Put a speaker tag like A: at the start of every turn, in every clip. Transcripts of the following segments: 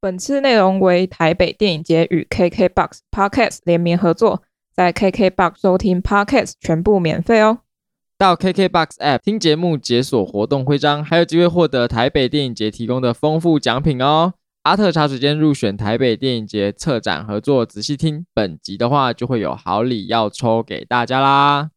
A: 本次内容为台北电影节与 KKBOX Podcast 联名合作，在 KKBOX 收听 Podcast 全部免费哦。
B: 到 KKBOX App 听节目解锁活动徽章，还有机会获得台北电影节提供的丰富奖品哦。阿特茶水间入选台北电影节策展合作，仔细听本集的话，就会有好礼要抽给大家啦。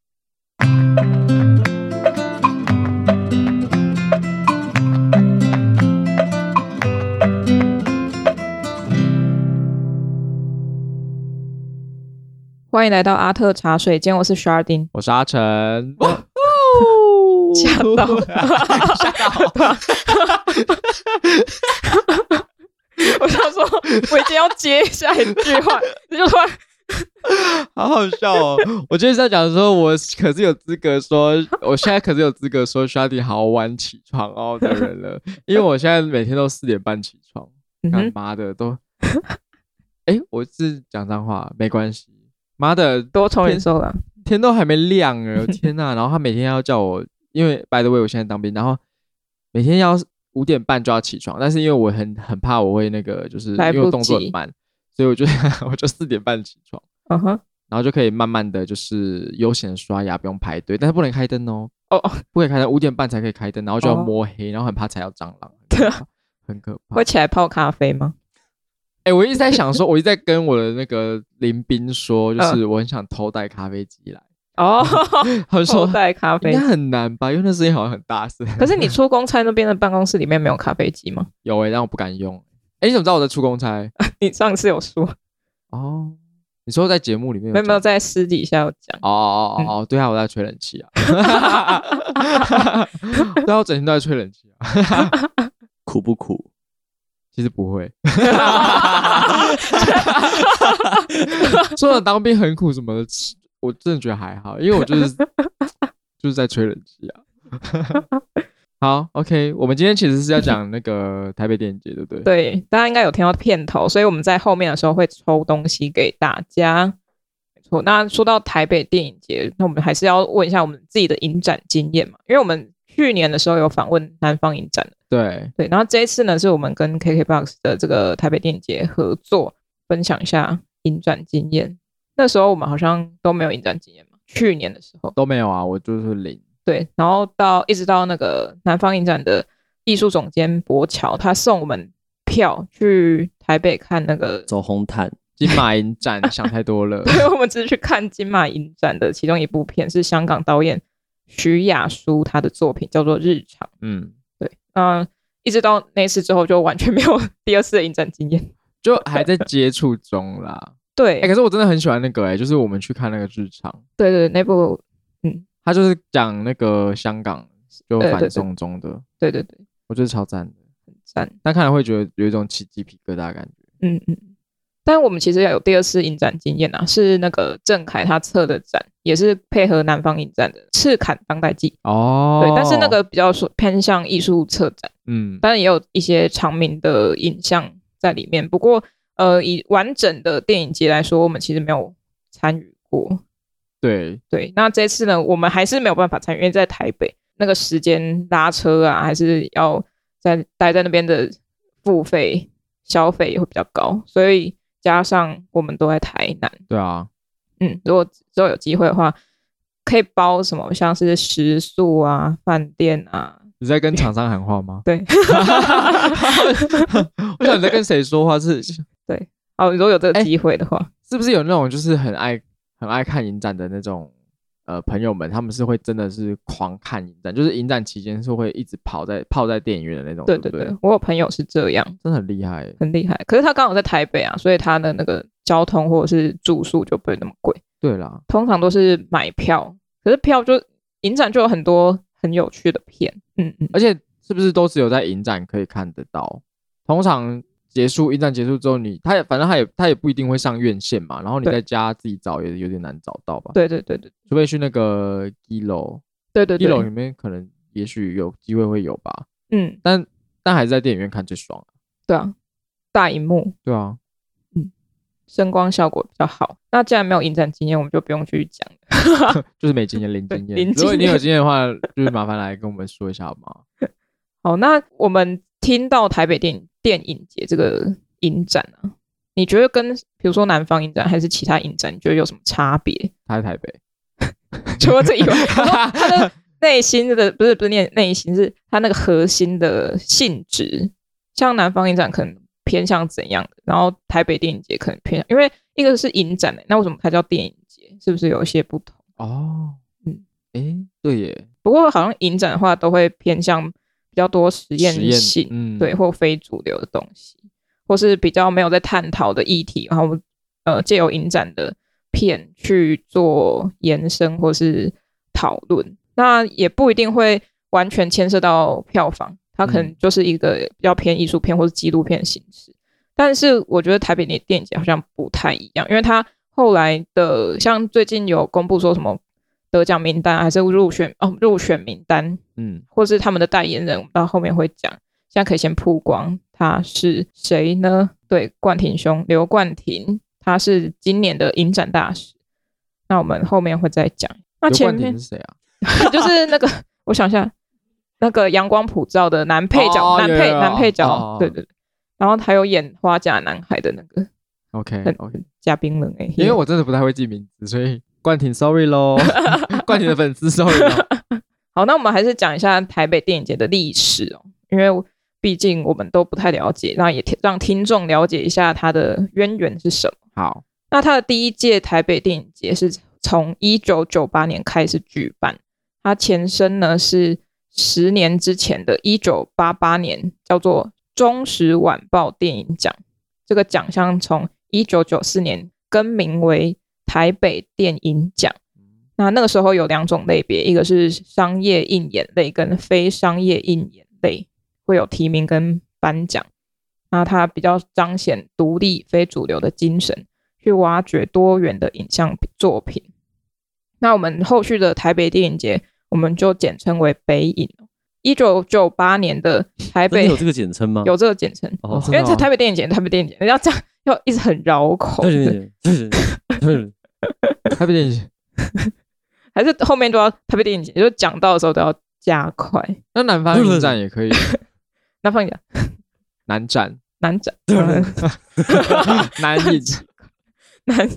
A: 欢迎来到阿特茶水间，我是 Sharding。
B: 我是阿成，
A: 吓到
B: 吓到，
A: 我想说，我已经要接下一句话， 你就突然
B: 好好笑哦！我就是在讲说，我可是有资格说，我现在可是有资格说 s h a d i 好晚起床哦的人了，因为我现在每天都四点半起床，
A: 嗯
B: 干
A: 哼，
B: 妈的都，哎、我是讲脏话，没关系，妈的，
A: 多重人说了，
B: 天都还没亮哎，天 呐、然后他每天要叫我，因为 by the way 我现在当兵，然后每天要五点半就要起床，但是因为我很很怕我会那个，就是因
A: 来
B: 为我
A: 不
B: 动作
A: 及
B: 很慢，所以我就 我就四点半起床。
A: 嗯哼，
B: 然后就可以慢慢的就是悠闲地刷牙，不用排队，但是不能开灯哦，
A: 哦哦，
B: 不可以开灯，五点半才可以开灯，然后就要
A: 哦
B: 摸黑，然后很怕踩到蟑螂，
A: 对啊
B: 很可怕很可怕。
A: 会起来泡咖啡吗？
B: 哎、我一直在想说，我一直在跟我的那个林斌说，
A: 嗯
B: 就是我很想偷带咖啡机来，
A: 哦，
B: 他嗯就
A: 手
B: 说
A: 带咖
B: 应
A: 啡
B: 该。很难吧，因为那声音好像很大声。
A: 可是你出公差那边的办公室里面没有咖啡机吗？
B: 有哎、但我不敢用。哎、你怎么知道我在出公差？
A: 你上次有说，
B: 哦，你说在节目里面
A: 没有没有
B: 讲？
A: 在私底下有讲？
B: 哦哦哦哦，对啊，我在吹冷气啊。 对啊，我整天都在吹冷气啊。
C: 苦不苦？
B: 其实不会。 说了当兵很苦什么的，我真的觉得还好，因为我就是就是在吹冷气啊。好，OK，我们今天其实是要讲那个台北电影节，对不对？。
A: 对，大家应该有听到片头，所以我们在后面的时候会抽东西给大家。没错，那说到台北电影节，那我们还是要问一下我们自己的影展经验嘛，因为我们去年的时候有访问南方影展，
B: 对
A: 对，然后这一次呢是我们跟 KKBOX 的这个台北电影节合作，分享一下影展经验。那时候我们好像都没有影展经验嘛，去年的时候，
B: 都没有啊，我就是零。
A: 对，然后到一直到那个南方影展的艺术总监博乔，他送我们票去台北看那个，
C: 走红毯，
B: 金马影展想太多了，
A: 对，我们只是去看金马影展的其中一部片，是香港导演徐雅舒他的作品，叫做《日常》。
B: 嗯，
A: 对，嗯、一直到那次之后，就完全没有 第二次的影展经验。
B: 就还在接触中啦。
A: 对，
B: 哎、可是我真的很喜欢那个、哎，就是我们去看那个剧场，
A: 对对，那部，
B: 他就是讲那个香港就
A: 对对
B: 反
A: 对
B: 送中的，
A: 对对对，
B: 我觉得超赞的。
A: 赞，
B: 但看了会觉得有一种起鸡皮疙瘩的感觉。
A: 嗯嗯。但我们其实也有第二次影展经验啊，是那个郑恺他策的展，也是配合南方影展的《赤坎当代记》。
B: 哦
A: 对，但是那个比较说偏向艺术策展，
B: 嗯，
A: 当然也有一些长明的影像在里面。不过，呃，以完整的电影节来说，我们其实没有参与过。
B: 对，
A: 对，那这次呢，我们还是没有办法参与，因为在台北那个时间拉车啊，还是要在待在那边的付费消费也会比较高，所以加上我们都在台南，
B: 对啊，
A: 嗯，如果之后有机会的话，可以包什么像是食宿啊、饭店啊，？
B: 你在跟厂商喊话吗
A: 对，
B: 我想你在跟谁说话？是是
A: 哦，如果有这
B: 哎
A: 个机会的话，
B: 不是有那种就是很爱很爱看影展的那种呃朋友们，他们是会真的是狂看影展，就是影展期间是会一直跑在泡在电影院的那种，
A: 对
B: 哦对
A: 对
B: 不
A: 对，我有朋友是这样，
B: 真的很厉害。
A: 很厉害。可是他刚好在台北啊，所以他的那个交通或者是住宿就不会那么贵，
B: 对啦，
A: 通常都是买票，可是票就影展就有很多很有趣的片，嗯嗯，
B: 而且是不是都只有在影展可以看得到？通常结束影展结束之后你，他也反正他也他也不一定会上院线嘛，然后你
A: 对
B: 在家自己找也有点难找到吧？，
A: 对对对对
B: 除非去那个一楼，
A: 对对
B: 一楼
A: 对
B: 里，面可能也许有机会会有吧，
A: 嗯，
B: 但但还是在电影院看最爽、啊。
A: 对啊，大荧幕
B: 对啊，
A: 声光效果比较好。那既然没有影展经验，我们就不用去讲了。
B: 就是没经验零经验
A: 零。
B: 如果
A: 经
B: 你有
A: 验
B: 经验的话，就是麻烦来跟我们说一下好吗？
A: 哦好，那我们听到台北电影电影节这个影展啊，你觉得跟比如说南方影展还是其他影展，你觉得有什么差别？
B: 他在台北，
A: 除了这以外，我说他的内心的不是不是内内心，是他那个核心的性质。像南方影展可能偏向怎样的，然后台北电影节可能偏向，因为一个是影展、欸，那为什么它叫电影节？是不是有一些不同？
B: 哦，
A: 嗯，
B: 诶，对耶，
A: 不过好像影展的话，都会偏向比较多实
B: 实验
A: 性，
B: 嗯，
A: 对，，或非主流的东西，或是比较没有在探讨的议题，然后呃借由影展的片去做延伸或是讨论，那也不一定会完全牵涉到票房，它可能
B: 嗯
A: 就是一个比较偏艺术片或是纪录片的形式。但是我觉得台北的电影节好像不太一样，因为它后来的像最近有公布说什么得奖名单还是入选哦入选名单，
B: 嗯，
A: 或是他们的代言人，我们到后面会讲。现在可以先曝光他是谁呢？对，冠廷兄刘冠廷，他是今年的影展大使。那我们后面会再讲。那
B: 刘
A: 前
B: 冠
A: 面
B: 廷是谁啊？
A: 就是那个，我想一下，那个阳光普照的男配角，
B: 哦
A: 男
B: 有
A: 配
B: 有有
A: 男配角，
B: 哦哦哦
A: 对对对。然后还有演《花甲男孩》的那个
B: OK
A: 很
B: OK，
A: 嘉宾人哎、欸，
B: 因为我真的不太会记名字，所以冠廷 sorry 喽，冠廷的粉丝 sorry 咯。
A: 好，那我们还是讲一下台北电影节的历史哦，因为毕竟我们都不太了解，那也听让听众了解一下它的渊源是什么。
B: 好，
A: 那它的第一届台北电影节是从一九九八年开始举办，它前身呢是十年之前的一九八八年，叫做中时晚报电影奖。这个奖项从一九九四年更名为台北电影奖。
C: 嗯
A: 那那个时候有两种类别，一个是商业应演类跟非商业应演类会有提名跟颁奖。那它比较彰显独立非主流的精神，去挖掘多元的影像作品。那我们后续的台北电影节，我们就简称为北影。一九九八年的台
C: 真的
A: 北
C: 有这个简称吗？
A: 有这个简称，
C: 哦，
B: 真
A: 因
B: 的
A: 为在台北电影节，台北电影节，人家这样要一直很绕口，
C: 对对对对对对，
B: 台北电影节。
A: 还是后面都要台北电影节，就讲到的时候都要加快。
B: 那南方影展也可以，
A: 那放讲
B: 南展、
A: 难讲，
B: 南影，
A: 难。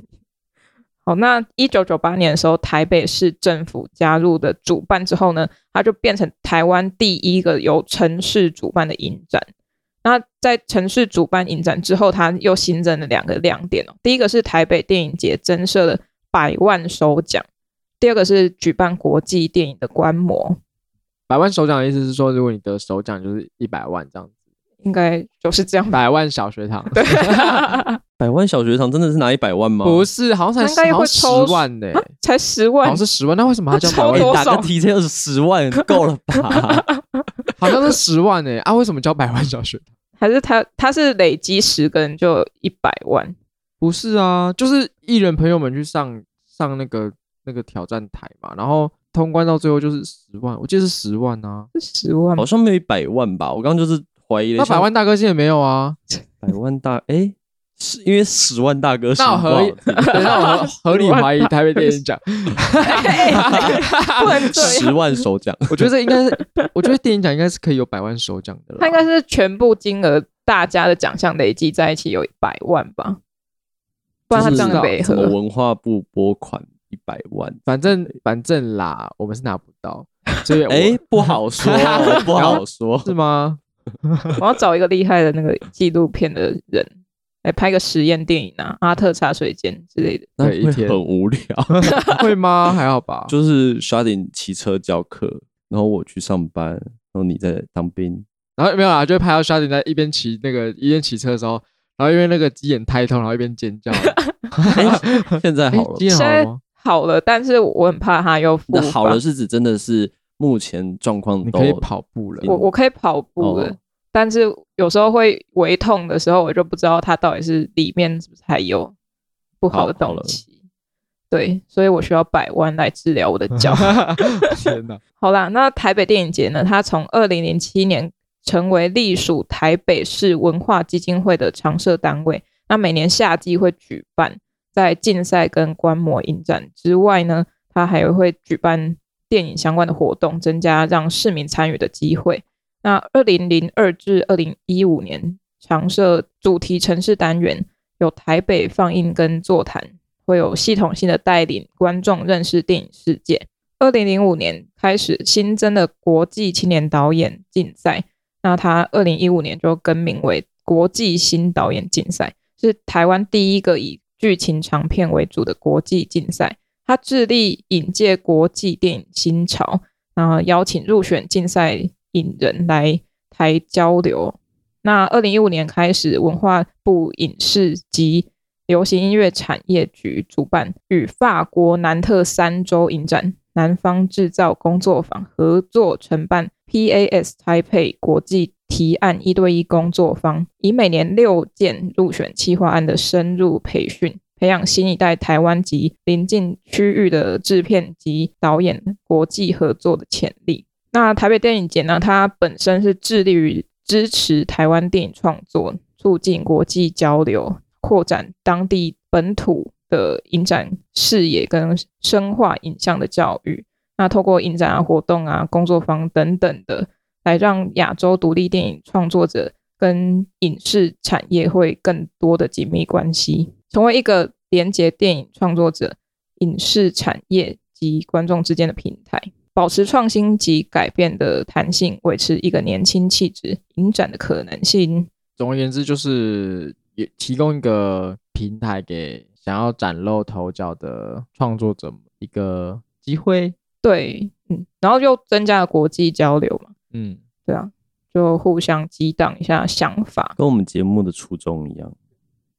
A: 好，那一九九八年的时候，台北市政府加入的主办之后呢，它就变成台湾第一个由城市主办的影展。那在城市主办影展之后，它又新增了两个亮点哦。第一个是台北电影节增设了百万首奖，第二个是举办国际电影的观摩，
B: 百万首奖的意思是说，如果你得首奖就是一百万这样子，
A: 应该就是这样吧。
B: 百万小学堂。
A: 对，
C: 百万小学堂真的是拿一百万吗？
B: 不是，好像才
A: 应该
B: 好
A: 会
B: 像十
A: 抽
B: 万呢、
A: 啊 才十
B: 好
A: 万
B: 像，是十万，那为什么它叫百
A: 超
B: 万
A: 多？
C: 哎打
A: 少
C: 个题才二十万，够了 吧？
B: 好像是十万呢、啊，为什么叫百万小学堂？
A: 还是他他是累积十个人就一百万？
B: 不是啊，就是艺人朋友们去上上那个那个挑战台嘛，然后通关到最后就是十万，我记得是十万啊。
A: 是十万吗
C: 好？像没有一百万吧？我刚刚就是怀疑了
B: 那
C: 一下，
B: 百万大哥现在没有 啊，
C: 百万大哎，是因为十万大哥是
B: 那我合理，对那我合合理怀疑台北电影奖，
A: 哎不能这
C: 十
A: 样，
C: 万 首奖，
B: 我觉得这应该是，我觉得电影奖应该是可以有百万首奖的啦。
A: 他应该是全部金额大家的奖项累积在一起有一百万吧，不然他这样
B: 就是
A: 违
C: 什么
A: 和。
C: 文化部拨款一百万？
B: 反正反正啦，我们是拿不到，所以我
C: 哎，不好 说，不好说。
B: 是吗？
A: 我要找一个厉害的那个纪录片的人来拍个实验电影啊，阿特茶水间之类的。
C: 那
B: 对一
C: 会
B: 天
C: 很无 聊，
B: 会吗？还好吧。
C: 就是 Sharding 骑车教课，然后我去上班，然后你在当兵，
B: 然后没有啦，就会拍到 s h a d i 在一边骑那个一边骑车的时候，然后因为那个鸡眼太痛，然后一边尖叫。
C: 哎现在
B: 哎
C: 好了
B: 鸡。眼
A: 现
B: 好
A: 在
B: 了吗？
A: 好了，但是我很怕他又复
C: 那
A: 发
C: 好了，是指真的是目前状况
B: 你
C: 都
B: 可以跑步了。
A: 我 我可以跑步了，
C: 哦
A: 但是有时候会胃痛的时候，我就不知道它到底是里面是不是还有不好的
C: 好好
A: 东
C: 了
A: 西。对，所以我需要百万来治疗我的 脚。
B: 天哪！
A: 好啦，那台北电影节呢？它从二零零七年成为隶属台北市文化基金会的常设单位。那每年夏季会举办，在竞赛跟观摩影展之外呢，它还会举办电影相关的活动，增加让市民参与的机会。那二零零二至二零一五年常设主题城市单元，有台北放映跟座谈，会有系统性的带领观众认识电影世界。二零零五年开始新增的国际青年导演竞赛，那它二零一五年就更名为国际新导演竞赛，是台湾第一个以剧情长片为主的国际竞赛。它致力引介国际电影新潮，然后邀请入选竞赛影人来台交流。那二零一五年开始，文化部影视及流行音乐产业局主办，与法国南特三州影展南方制造工作坊合作承办 PAS 台北国际提案一对一工作坊，以每年六件入选企划案的深入培训，培养新一代台湾及邻近区域的制片及导演国际合作的潜力。那台北电影节呢，它本身是致力于支持台湾电影创作，促进国际交流，扩展当地本土的影展视野跟深化影像的教育。那透过影展啊、活动啊、工作坊等等的，来让亚洲独立电影创作者跟影视产业会更多的紧密关系，成为一个连接电影创作者、影视产业及观众之间的平台。保持创新及改变的弹性，维持一个年轻气质影展的可能性。
B: 总而言之，就是也提供一个平台给想要崭露头角的创作者一个机会。
A: 对，嗯，然后又增加了国际交流嘛，
B: 嗯，
A: 对啊，就互相激荡一下想法。
C: 跟我们节目的初衷一样。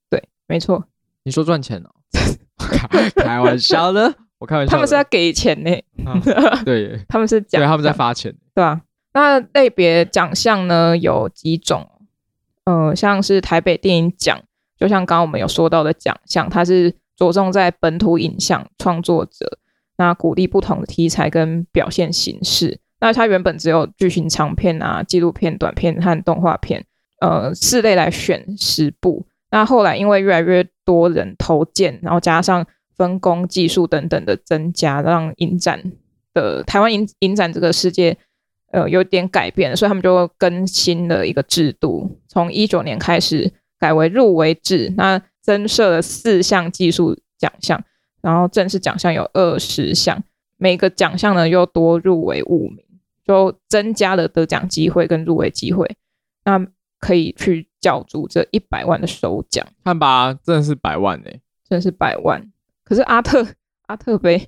A: 对，没错，
B: 你说赚钱哦？ 开开玩笑的，我开玩笑的。
A: 他们是在给钱呢、
B: 啊对耶，
A: 他们是讲
B: 对，他们在发钱。欸
A: 对啊，那类别奖项呢有几种？呃，像是台北电影奖，就像刚刚我们有说到的奖项，它是着重在本土影像创作者，那鼓励不同的题材跟表现形式。那它原本只有剧情长片啊、纪录片、短片和动画片，呃，四类来选十部。那后来因为越来越多人投件，然后加上分工、技术等等的增加，让影展的台湾影影展这个世界，呃，有点改变，所以他们就更新了一个制度，从一九年开始改为入围制，那增设了四项技术奖项，然后正式奖项有二十项，每个奖项呢又多入围五名，就增加了得奖机会跟入围机会，那可以去角逐这一百万的首奖，
B: 看吧，真的是百万哎、
A: 真是百万。可是阿特阿特杯，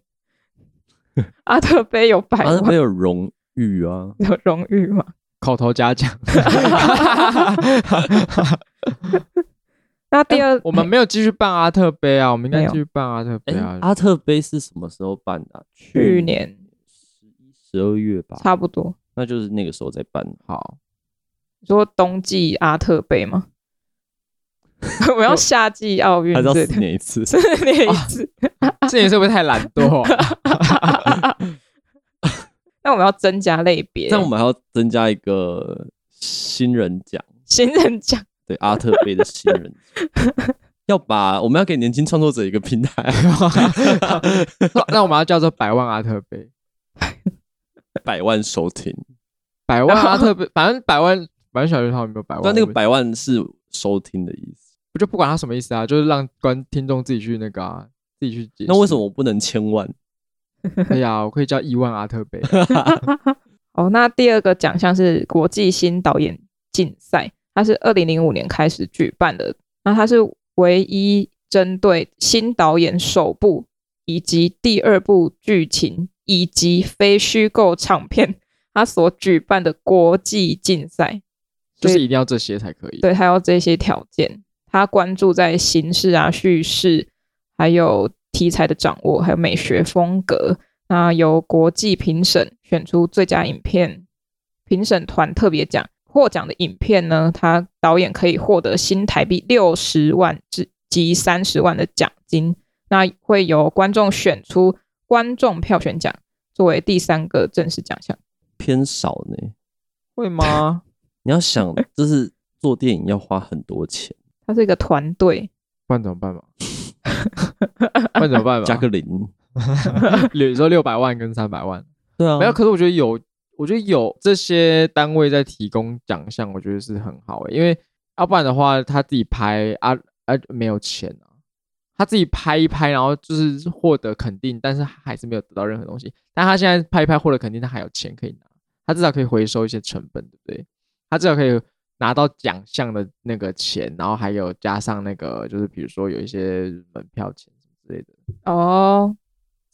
A: 阿特杯有百
C: 啊，
A: 万
C: 那没有荣誉啊，
A: 有荣誉吗？
B: 口头嘉奖。
A: 那第二，
B: 我们没有继续办阿特杯啊，我们应
A: 没
B: 该
A: 有
B: 继续办阿特杯
C: 哎、
B: 啊。
C: 阿特杯是什么时候办的啊、
A: 去年
C: 十一、十二月吧，
A: 差不多，
C: 那就是那个时候在办。
B: 好，
A: 你说冬季阿特杯吗？ 我们要夏季奥运
C: 还是要
A: 之类
C: 四
A: 的，，
C: 年
A: 四
C: 一次
A: 年一次。
B: 这也是不是太懒惰、 啊？
A: 那我们要增加类别，
C: 但我们还要增加一个新人奖，
A: 新人奖，
C: 对阿特杯的新人奖， 要把我们要给年轻创作者一个平台，
B: 那我们要叫做百万阿特杯，
C: 百万收听，
B: 百万阿特杯，反正百万，反正小学堂有没有百万？
C: 但那
B: 我
C: 个
B: 们
C: 百万是收听的意思。
B: 我就不管他什么意思啊，就是让观听众自己去那个、啊，自己去解释。
C: 那为什么我不能千万？
B: 可以啊，我可以叫亿万阿特杯啊。
A: 哦，那第二个奖项是国际新导演竞赛，它是二零零五年开始举办的，那它是唯一针对新导演首部以及第二部剧情以及非虚构唱片，它所举办的国际竞赛。
B: 就是一定要这些才可以。，
A: 对，它要这些条件，它关注在形式啊、叙事，还有题材的掌握，还有美学风格。那由国际评审选出最佳影片，评审团特别奖获奖的影片呢，它导演可以获得新台币六十万至及三十万的奖金。那会由观众选出观众票选奖作为第三个正式奖项。
C: 偏少呢？
B: 会吗？
C: 你要想，
B: 哎
C: 就是做电影要花很多钱，
A: 它是一个团队，
B: 不然怎么办嘛？不然怎么办嘛？
C: 加个零。
B: 比如说六百万跟三百万，
C: 对啊，
B: 没有。可是我觉得有，我觉得有这些单位在提供奖项，我觉得是很好、欸，因为要不然的话他自己拍啊啊没有钱啊，他自己拍一拍，然后就是获得肯定，但是他还是没有得到任何东西。但他现在拍一拍获得肯定，他还有钱可以拿，他至少可以回收一些成本，对不对？他至少可以拿到奖项的那个钱，然后还有加上那个就是比如说有一些门票钱什么之类的。
A: 哦，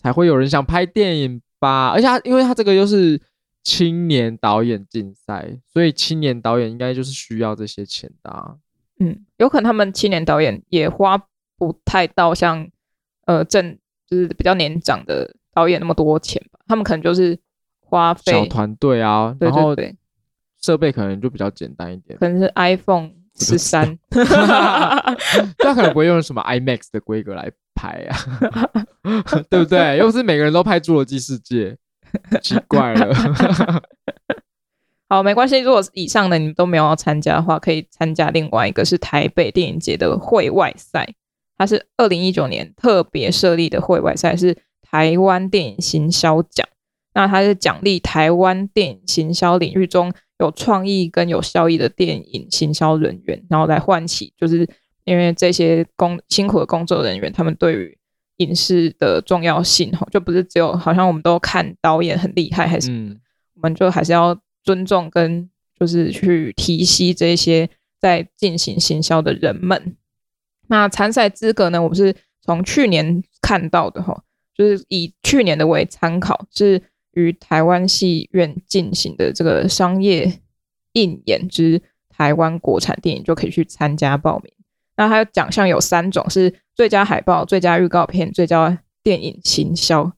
B: 才会有人想拍电影吧。而且他，因为他这个又是青年导演竞赛，所以青年导演应该就是需要这些钱的、啊。
A: 嗯，有可能他们青年导演也花不太到像呃正就是比较年长的导演那么多钱吧，他们可能就是花费
B: 小团队啊，
A: 对
B: 然后
A: 对对，
B: 设备可能就比较简单一 点，
A: 可能是 iPhone 十三，
B: 他可能不会用什么 IMAX 的规格来拍 啊，对不对？又不是每个人都拍《侏罗纪世界》，奇怪 了。
A: 好，没关系。如果以上的你们都没有要参加的话，可以参加另外一个是台北电影节的会外赛，它是二零一九年特别设立的会外赛，是台湾电影行销奖。那它是奖励台湾电影行销领域中有创意跟有效益的电影行销人员，然后来唤起，就是因为这些工辛苦的工作人员，他们对于影视的重要性，吼就不是只有好像我们都看导演很厉害，还是
B: 嗯，
A: 我们就还是要尊重跟就是去提携这些在进行行销的人们。那参赛资格呢，我们是从去年看到的哈，就是以去年的为参考，是于台湾戏院进行的这个商业映演之台湾国产电影，就可以去参加报名。那它的奖项有三种，是最佳海报、最佳预告片、最佳电影行销。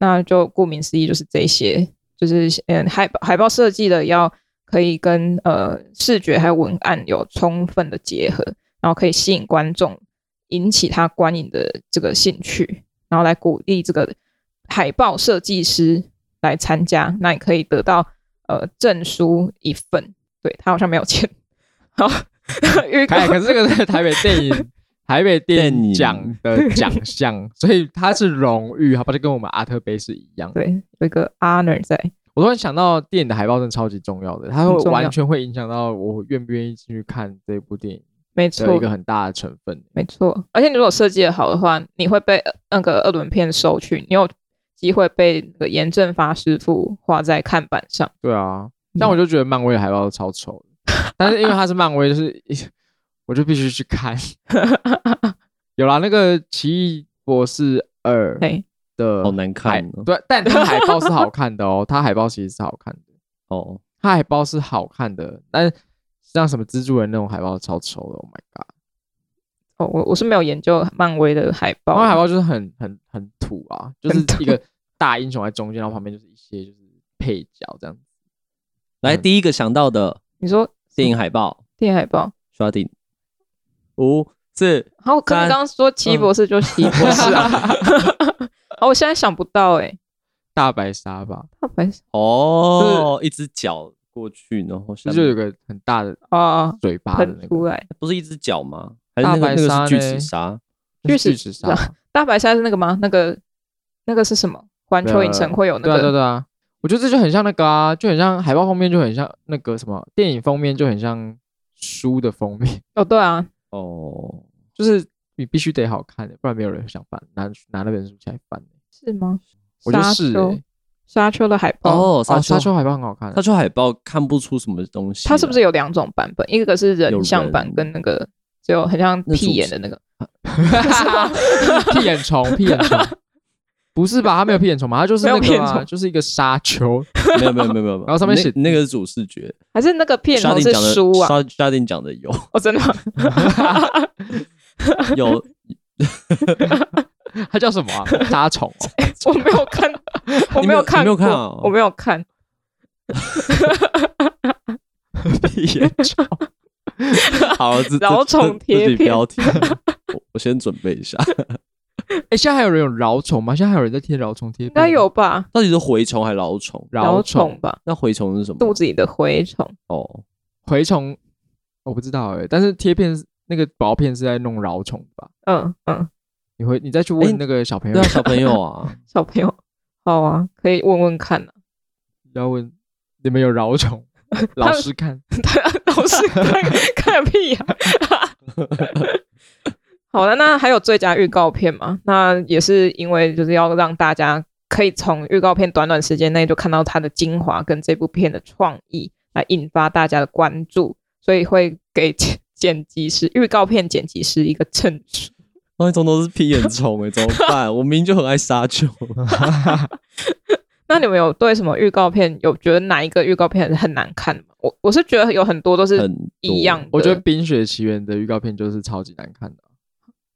A: 那就顾名思义，就是这些就是嗯海报海报设计的要可以跟呃视觉还有文案有充分的结合，然后可以吸引观众，引起他观影的这个兴趣，然后来鼓励这个海报设计师来参加，那也可以得到呃证书一份。对他好像没有钱，好， 预告
B: 哎，可是这个是台北电影台北电
C: 电
B: 影
C: 影
B: 奖的奖项，所以它是荣誉，好吧，就跟我们阿特杯是一样的。
A: 对有一个 honor 在，
B: 我突然想到，电影的海报真的超级重要的，它会
A: 很重要
B: 完全会影响到我愿不愿意进去看这部电影
A: 没
B: 的
A: 错
B: 一，个很大的成分。欸
A: 没错，而且你如果设计的好的话，你会被呃那个二轮片收去，你有机会被那个严正发师傅画在看板上。
B: 对啊，但我就觉得漫威的海报都超丑的， 但是因为它是漫威，就是我就必须去看。有啦，那个《奇异博士二》
A: 对，
B: 的
C: 好难
B: 海
C: 看哦
B: 对，但它海报是好看的哦，它海报其实是好看的。
C: 哦。
B: 它海报是好看的，但像什么蜘蛛人那种海报超丑的，Oh my god！
A: 哦，我我是没有研究漫威的海报，
B: 然后海报就是很很很土啊，就是
A: 很土
B: 一个大英雄在中间，然后旁边就是一些就是配角这样子。
C: 来，
B: 嗯
C: 第一个想到的
A: 你说
C: 电影海报，
A: 电影海报，
C: 刷定五
B: 哦
C: 四
A: 然后可是
C: 三
A: 刚刚说
B: 嗯
A: 奇异博士就奇异 博士啊， 哦，我现在想不到哎、欸，
B: 大白鲨吧，
A: 他反正
C: 哦，一只脚过去，然后下
B: 就
C: 面
B: 是有个很大的
A: 哦，
B: 嘴巴的啊那
A: 喷
B: 个
A: 出来，
C: 不是一只脚吗？还是那个
B: 大白
C: 那
B: 鲨
C: 个
B: 呢
C: 是巨齿鲨？
B: 就是
A: 巨
B: 巨
A: 齿
B: 齿
A: 鲨
B: 鲨，
A: 大白鲨是那个吗？那个那个是什么？环球影城会有那
B: 对啊对啊
A: 个
B: 对啊，我觉得这就很像那个啊，就很像海报封面，就很像那个什么电影封面，就很像书的封面，
A: 哦，对啊，
C: 哦，
B: 就是你必须得好看的，不然没有人想翻拿拿那本书起来翻。
A: 是吗？
B: 我觉得
A: 沙
B: 是、
A: 丘
B: 欸，
A: 沙丘的海报
C: 哦，
B: 哦
C: 沙
B: 沙
C: 丘，
B: 丘海报很好看
C: 沙，丘海报看不出什么东西来。啊
A: 它是不是有两种版本？一个是
C: 有
A: 人
C: 人
A: 像版跟那个只有很像
C: 那
A: 屁
C: 主
A: 眼的
C: 持
A: 那 个，
B: 屁眼虫，屁眼虫， 不是吧？他没有屁眼虫吗？他就是那
A: 没有屁
B: 个、
A: 眼
B: 啊，
A: 虫
B: 就是一个沙丘，
C: 没有没有没有没有，然
B: 后上面写
C: 那那个是主视觉，
A: 还是那个屁眼
C: 沙
A: 头
C: 丁
A: 是
C: 讲的
A: 书啊？
C: 沙沙丁讲的 有
A: 哦，真的吗？
C: 有
B: 它叫什么、啊？沙虫、哦。
A: 我没有看，我
C: 你
A: 没
C: 没有
A: 有看
C: 你没
A: 过，
C: 有看哦
A: 我没有看。
C: 屁眼虫。
B: 哦
C: 好，这这
A: 饶虫
C: 这这
A: 贴
C: 集
A: 片
C: 标题， 我我先准备一下。
B: 哎、现在还有人有饶虫吗？现在还有人在贴饶虫贴？
A: 应该有吧？
C: 到底是蛔虫还是老虫？
A: 老
B: 饶
A: 虫
B: 虫、
A: 吧，
C: 那蛔虫是什
A: 肚
C: 么？
A: 子里的蛔虫。
C: 哦，
B: 蛔虫，我不知道哎、但是贴片是那个薄片是在弄饶虫吧？
A: 嗯嗯，
B: 你会你再去
C: 哎
B: 问那个小朋友，
C: 对啊，小朋友啊，
A: 小朋友，好啊，可以问问看啊。
B: 要问你们有饶虫？老师看，
A: 老师看看个屁呀、 好了，那还有最佳预告片嘛？那也是因为就是要让大家可以从预告片短短时间内就看到它的精华跟这部片的创意，来引发大家的关注，所以会给剪剪辑师、预告片剪辑师一个证书。
C: 那一种都是屁眼虫哎，怎么办？我明明就很爱杀球，
A: 那你们有对什么预告片有觉得哪一个预告片很难看吗？我我是觉得有很多都是
C: 很多
A: 一样的。
B: 我觉得《冰雪奇缘》的预告片就是超级难看的。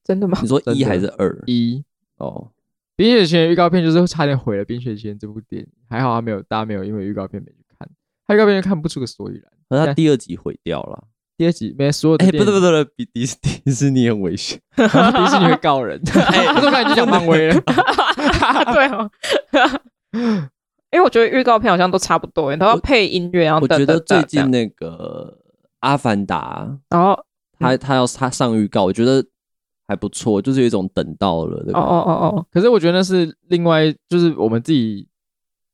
A: 真的吗？
C: 你说
B: 真
C: 一
B: 的
C: 还是二？
B: 一，《
C: 哦，
B: 冰雪奇缘》预告片就是差点毁了《冰雪奇缘》这部电影，还好他没有，大家没有因为预告片没去看，他预告片就看不出个所以然。
C: 可是他第二集毁掉了。
B: 第二集没所有的
C: 哎，
B: 电
C: 不
B: 影，
C: 对不对不对，比迪士 迪士尼很 危险。
B: 迪士尼会告 人。哎，我感觉讲漫威了。
A: 对哦，因为我觉得预告片好像都差不多耶，都要配音乐，然后
C: 我
A: 等
C: 觉得
A: 等等
C: 最近
A: 这样
C: 那个《阿凡达
A: 然后》，嗯
C: 他他要他上预告，我觉得还不错，就是有一种等到了的
A: 哦
C: 感觉，
A: 哦哦
B: 可是我觉得那是另外，就是我们自己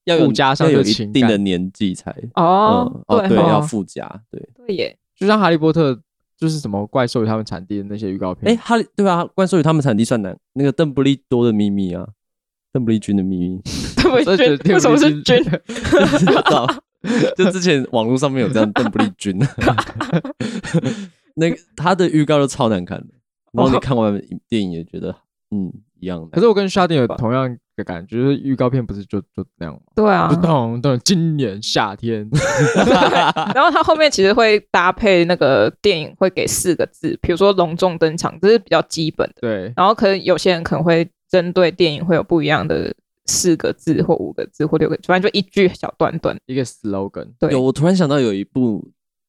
C: 要有
B: 附加上
C: 要有
B: 的
C: 一
B: 情
C: 定的
B: 感，
C: 年纪才。
A: 哦
C: 嗯
A: 哦，
C: 哦，对，
A: 哦
C: 要附加，对。
A: 对耶，
B: 就像《哈利波特》就是什么怪兽与他们产地的那些预告
C: 哎，
B: 片。
C: 哈利对啊，关于他们产地算难，那个邓布利多的秘密啊，邓布利君的秘密，
A: 对不
B: 这
A: 对？
B: 这
A: 为什么是
B: 这
A: 君？
C: 不知道，就之前网络上面有这样邓布利君， 那个他的预告都超难看的，然后你看完影电影也觉得嗯一样
B: 可
C: 的，
B: 是我跟 Sharding 有同样的感觉，就是预告片不是就就那样吗？
A: 对啊
B: 就，咚咚，今年夏天
A: 然后它后面其实会搭配那个电影会给四个字，比如说隆重登场，这是比较基本的。
B: 对，
A: 然后可能有些人可能会针对电影会有不一样的四个字或五个字或六个字，反正就一句小短短。
B: 一个 slogan。
A: 对
C: 有我突然想到有一部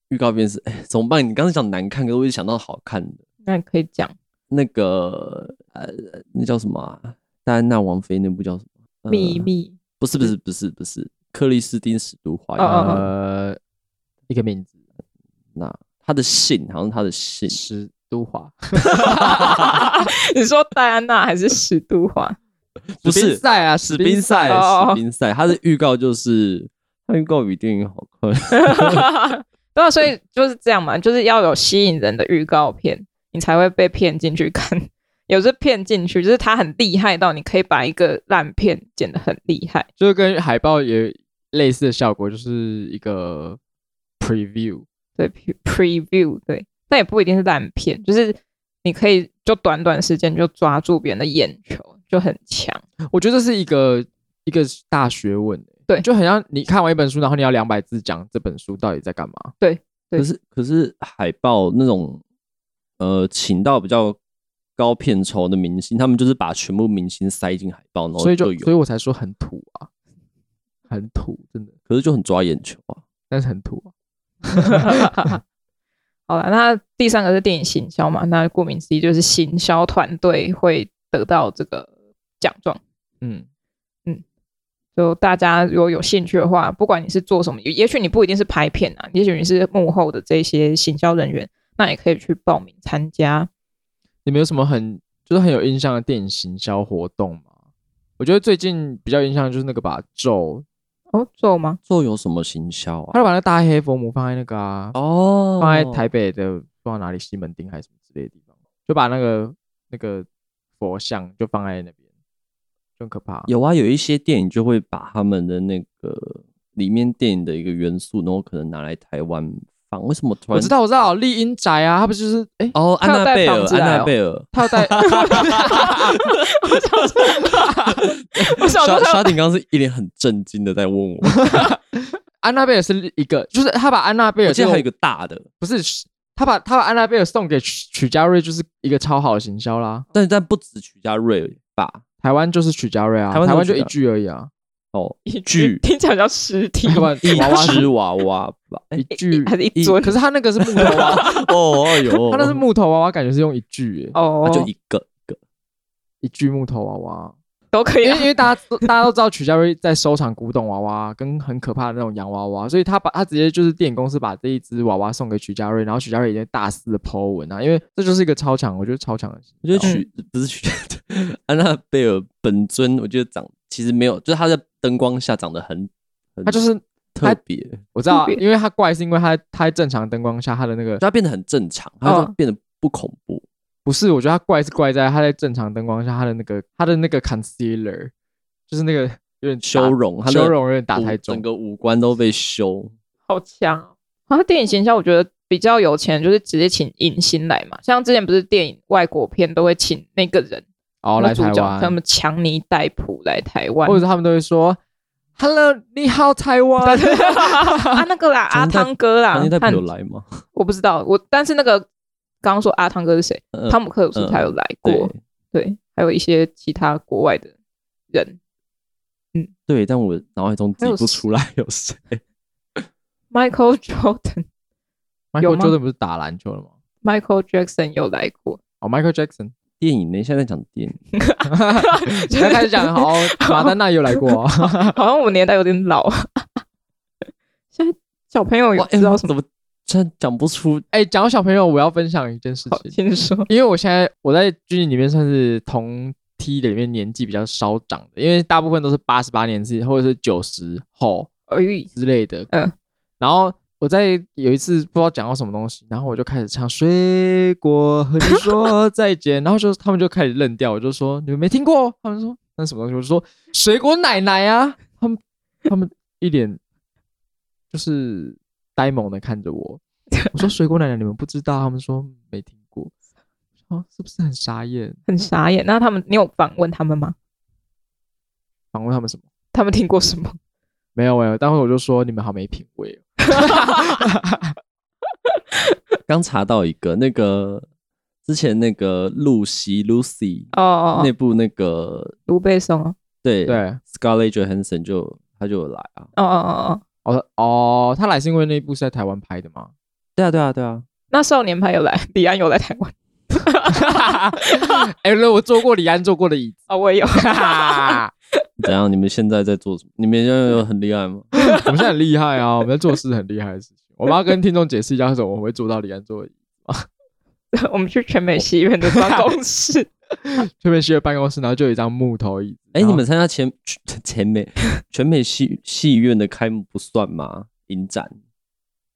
C: 预告片是，哎怎么办？你刚才讲难看，可是我就想到好看的
A: 那你可以讲
C: 那个呃那叫什么啊？戴安娜王妃那部叫什么？呃
A: 秘？密
C: 不是不是不是不是，克里斯汀史都华
A: 哦哦哦
C: 亚
B: 呃，一个名字，
C: 娜，她的信好像她的信，
B: 史都华，
A: 你说戴安娜还是史都华？
C: 不
B: 史
C: 是
B: 宾塞啊，
C: 史
B: 史
C: 宾
B: 宾
C: 赛，
B: 塞，
A: 哦
C: 史宾赛，它的预告就是它预告比电影好看，
A: 对啊，所以就是这样嘛，就是要有吸引人的预告片，你才会被骗进去看。 有时候骗进去，就是他很厉害到你可以把一个烂片剪得很厉害。
B: 就是跟海报也类似的效果，就是一个 preview。
A: 对，pre-，preview 对，但也不一定是烂片，就是你可以就短短时间就抓住别人的眼球，就很强。
B: 我觉得这是一个一个大学问欸、
A: 对
B: 就很像你看完一本书，然后你要两百字讲这本书到底在干嘛。
A: 对
C: 可是可是海报那种呃，请到比较高片酬的明星，他们就是把全部明星塞进海报，然
B: 所
C: 后
B: 以就，所以
C: 有，
B: 我才说很土啊，很土，真的，
C: 可是就很抓眼球啊。
B: 但是很土、啊。
A: 好了，那第三个是电影行销嘛，那顾名思义就是行销团队会得到这个奖状。
B: 嗯，
A: 就大家如果有兴趣的话，不管你是做什么，也也许你不一定是拍片啊，也许你是幕后的这些行销人员，那也可以去报名参加。
B: 你们有什么很就是很有印象的电影行销活动吗？我觉得最近比较印象就是那个把咒，
A: 哦，做吗？
C: 做有什么行销
B: 他
C: 啊？
B: 就把那大黑佛母放在那个啊，
C: 哦
B: 放在台北的不知道哪里西门町还是什么之类的地方，就把那个那个佛像就放在那边，就很可怕。
C: 有啊，有一些电影就会把他们的那个里面电影的一个元素，然后可能拿来台湾放。为什么突
B: 我
C: 然
B: 知道我知道丽英宅啊，他不就是哎、
C: 哦，安
A: 他有
C: 娜
A: 带
C: 贝尔，
A: 房子
C: 安
A: 来
C: 娜
A: 哦
C: 贝尔，
B: 他有 带
A: 我想
C: 沙
A: 说啊他
C: 沙顶刚刚是一脸很震惊的在问我，
B: 安娜贝尔是一个，就是他把安娜贝
C: 我
B: 尔
C: 记
B: 这
C: 得
B: 个
C: 还有一个大的，
B: 不是他把他把安娜贝尔送给曲曲家瑞，就是一个超好的行销啦。
C: 但但不止曲家瑞吧？
B: 台湾就是曲家瑞啊，
C: 台
B: 台
C: 湾
B: 湾就
C: 都是曲
B: 一
C: 家
B: 句而已啊，
C: 哦，
A: 一
C: 句
A: 听起来像尸体
B: 要，不然
C: 一
B: 娃娃
C: 只娃娃 吧？哎、
B: 一句
A: 还是一尊
B: 可是他那个是木头娃 娃，
C: 哦，哎呦，
B: 他那是木头娃娃，感觉是用一句、欸，
A: 哦
C: 啊，就一个一个，
B: 一句木头娃娃。
A: 都可以
B: 因
A: 啊
B: 为因为大家都大家都知道曲家瑞在收藏古董娃娃跟很可怕的那种洋娃娃，所以他把他直接就是电影公司把这一只娃娃送给曲家瑞，然后曲家瑞已经大肆的 po 文啊，因为这就是一个超强，我觉得超强的行
C: 我觉得
B: 销。
C: 曲、 不是曲，安娜贝尔本尊，我觉得长其实没有，就是他在灯光下长得很，很
B: 他就是
C: 特别，
B: 我知道
A: 特，别
B: 因为它怪是因为它它在正常灯光下它的那个
C: 它变得很正常，它
A: 嗯
C: 变得不恐怖。
B: 不是，我觉得它怪是怪在它在正常灯光下它的那个它的那个 concealer，就是那个有点打
C: 修容它的
B: 修容有点打
C: 五
B: 太重
C: 整，个五官都被修。
A: 好强哦！啊，电影行销我觉得比较有钱，就是直接请影星来嘛。像之前不是电影外国片都会请那个人，
B: 然后
C: 哦
A: 那
B: 哦来
A: 主
B: 台
A: 角
B: 湾，
A: 他们强尼戴普来台湾
B: 或者。是他们都会说 “Hello，你好，台湾”，
A: 啊，那个啦，阿
C: 强尼戴
A: 汤哥啦
C: 强尼戴，普
A: 汉
C: 有来吗？
A: 我不知道，我但是那个刚刚说阿汤哥是谁？
C: 嗯
A: 汤姆克鲁斯他有来 过，
C: 对
A: 对，还有一些其他国外的人
C: 对，但我脑海中挤
A: 还有
C: 不出来有谁。
A: ，Michael Jordan、有
B: Michael
A: 吗
B: Jordan 不是打篮球了吗？
A: Michael Jackson 有来过，
B: 哦、m i c h a e l Jackson，
C: 电影呢？现在在讲电影，
B: 你要开始讲
C: 哦
B: 好，马丹娜也有来过、哦，
A: 好像我年代有点老。啊 现在小朋友有
C: 哇哎
A: 知道
C: 我
A: 什么？
C: 怎么真的讲不出？
B: 哎、讲到小朋友，我要分享一件事
A: 好，
B: 情，
A: 先说。
B: 因为我现在我在军营里面算是同梯的里面年纪比较稍长的，因为大部分都是八十八年次或者是九十后
A: 哎，
B: 之类的。
A: 嗯，
B: 然后我在有一次不知道讲到什么东西，然后我就开始唱《水果和你说再见》，然后就他们就开始愣掉，我就说你们没听过，他们说那是什么东西，我就说水果奶奶啊， 他们他们一脸就是呆萌的看着我，我说水果奶奶你们不知道，他们说没听过，哦，是不是很傻眼？
A: 很傻眼。那他们，你有访问他们吗？
B: 反问他们什么？
A: 他们听过什么？
B: 没有没有，待会我就说你们好没品味哦。
C: 刚查到一个，那个之前那个露西 Lucy
A: 哦哦
C: 那
A: 哦，
C: 部那个
A: 卢贝松哦，
C: 对
B: 对，
C: Scarlett Johansson 就他就有来啊。
A: 哦哦哦哦。
B: 哦哦，他来是因为那一部是在台湾拍的吗？
C: 对啊，对啊，对啊，
A: 那少年派有来， 李安有来台湾
B: 哎、欸，我坐过李安坐过的椅 子。
A: 哦，我也有。
C: 怎样？你们现在在做什么？你们现在有很厉害吗？
B: 我们现在很厉害啊，我们在做事很厉害的事情。我们要跟听众解释一下，为什么我们会坐到李安坐的椅子。
A: 我们去全美戏院的办公 室，
B: 特别是办公室，然后就有一张木头椅子。
C: 哎、
B: 然后
C: 你们参加前 前美全美戏戏院的开幕不算吗？影展？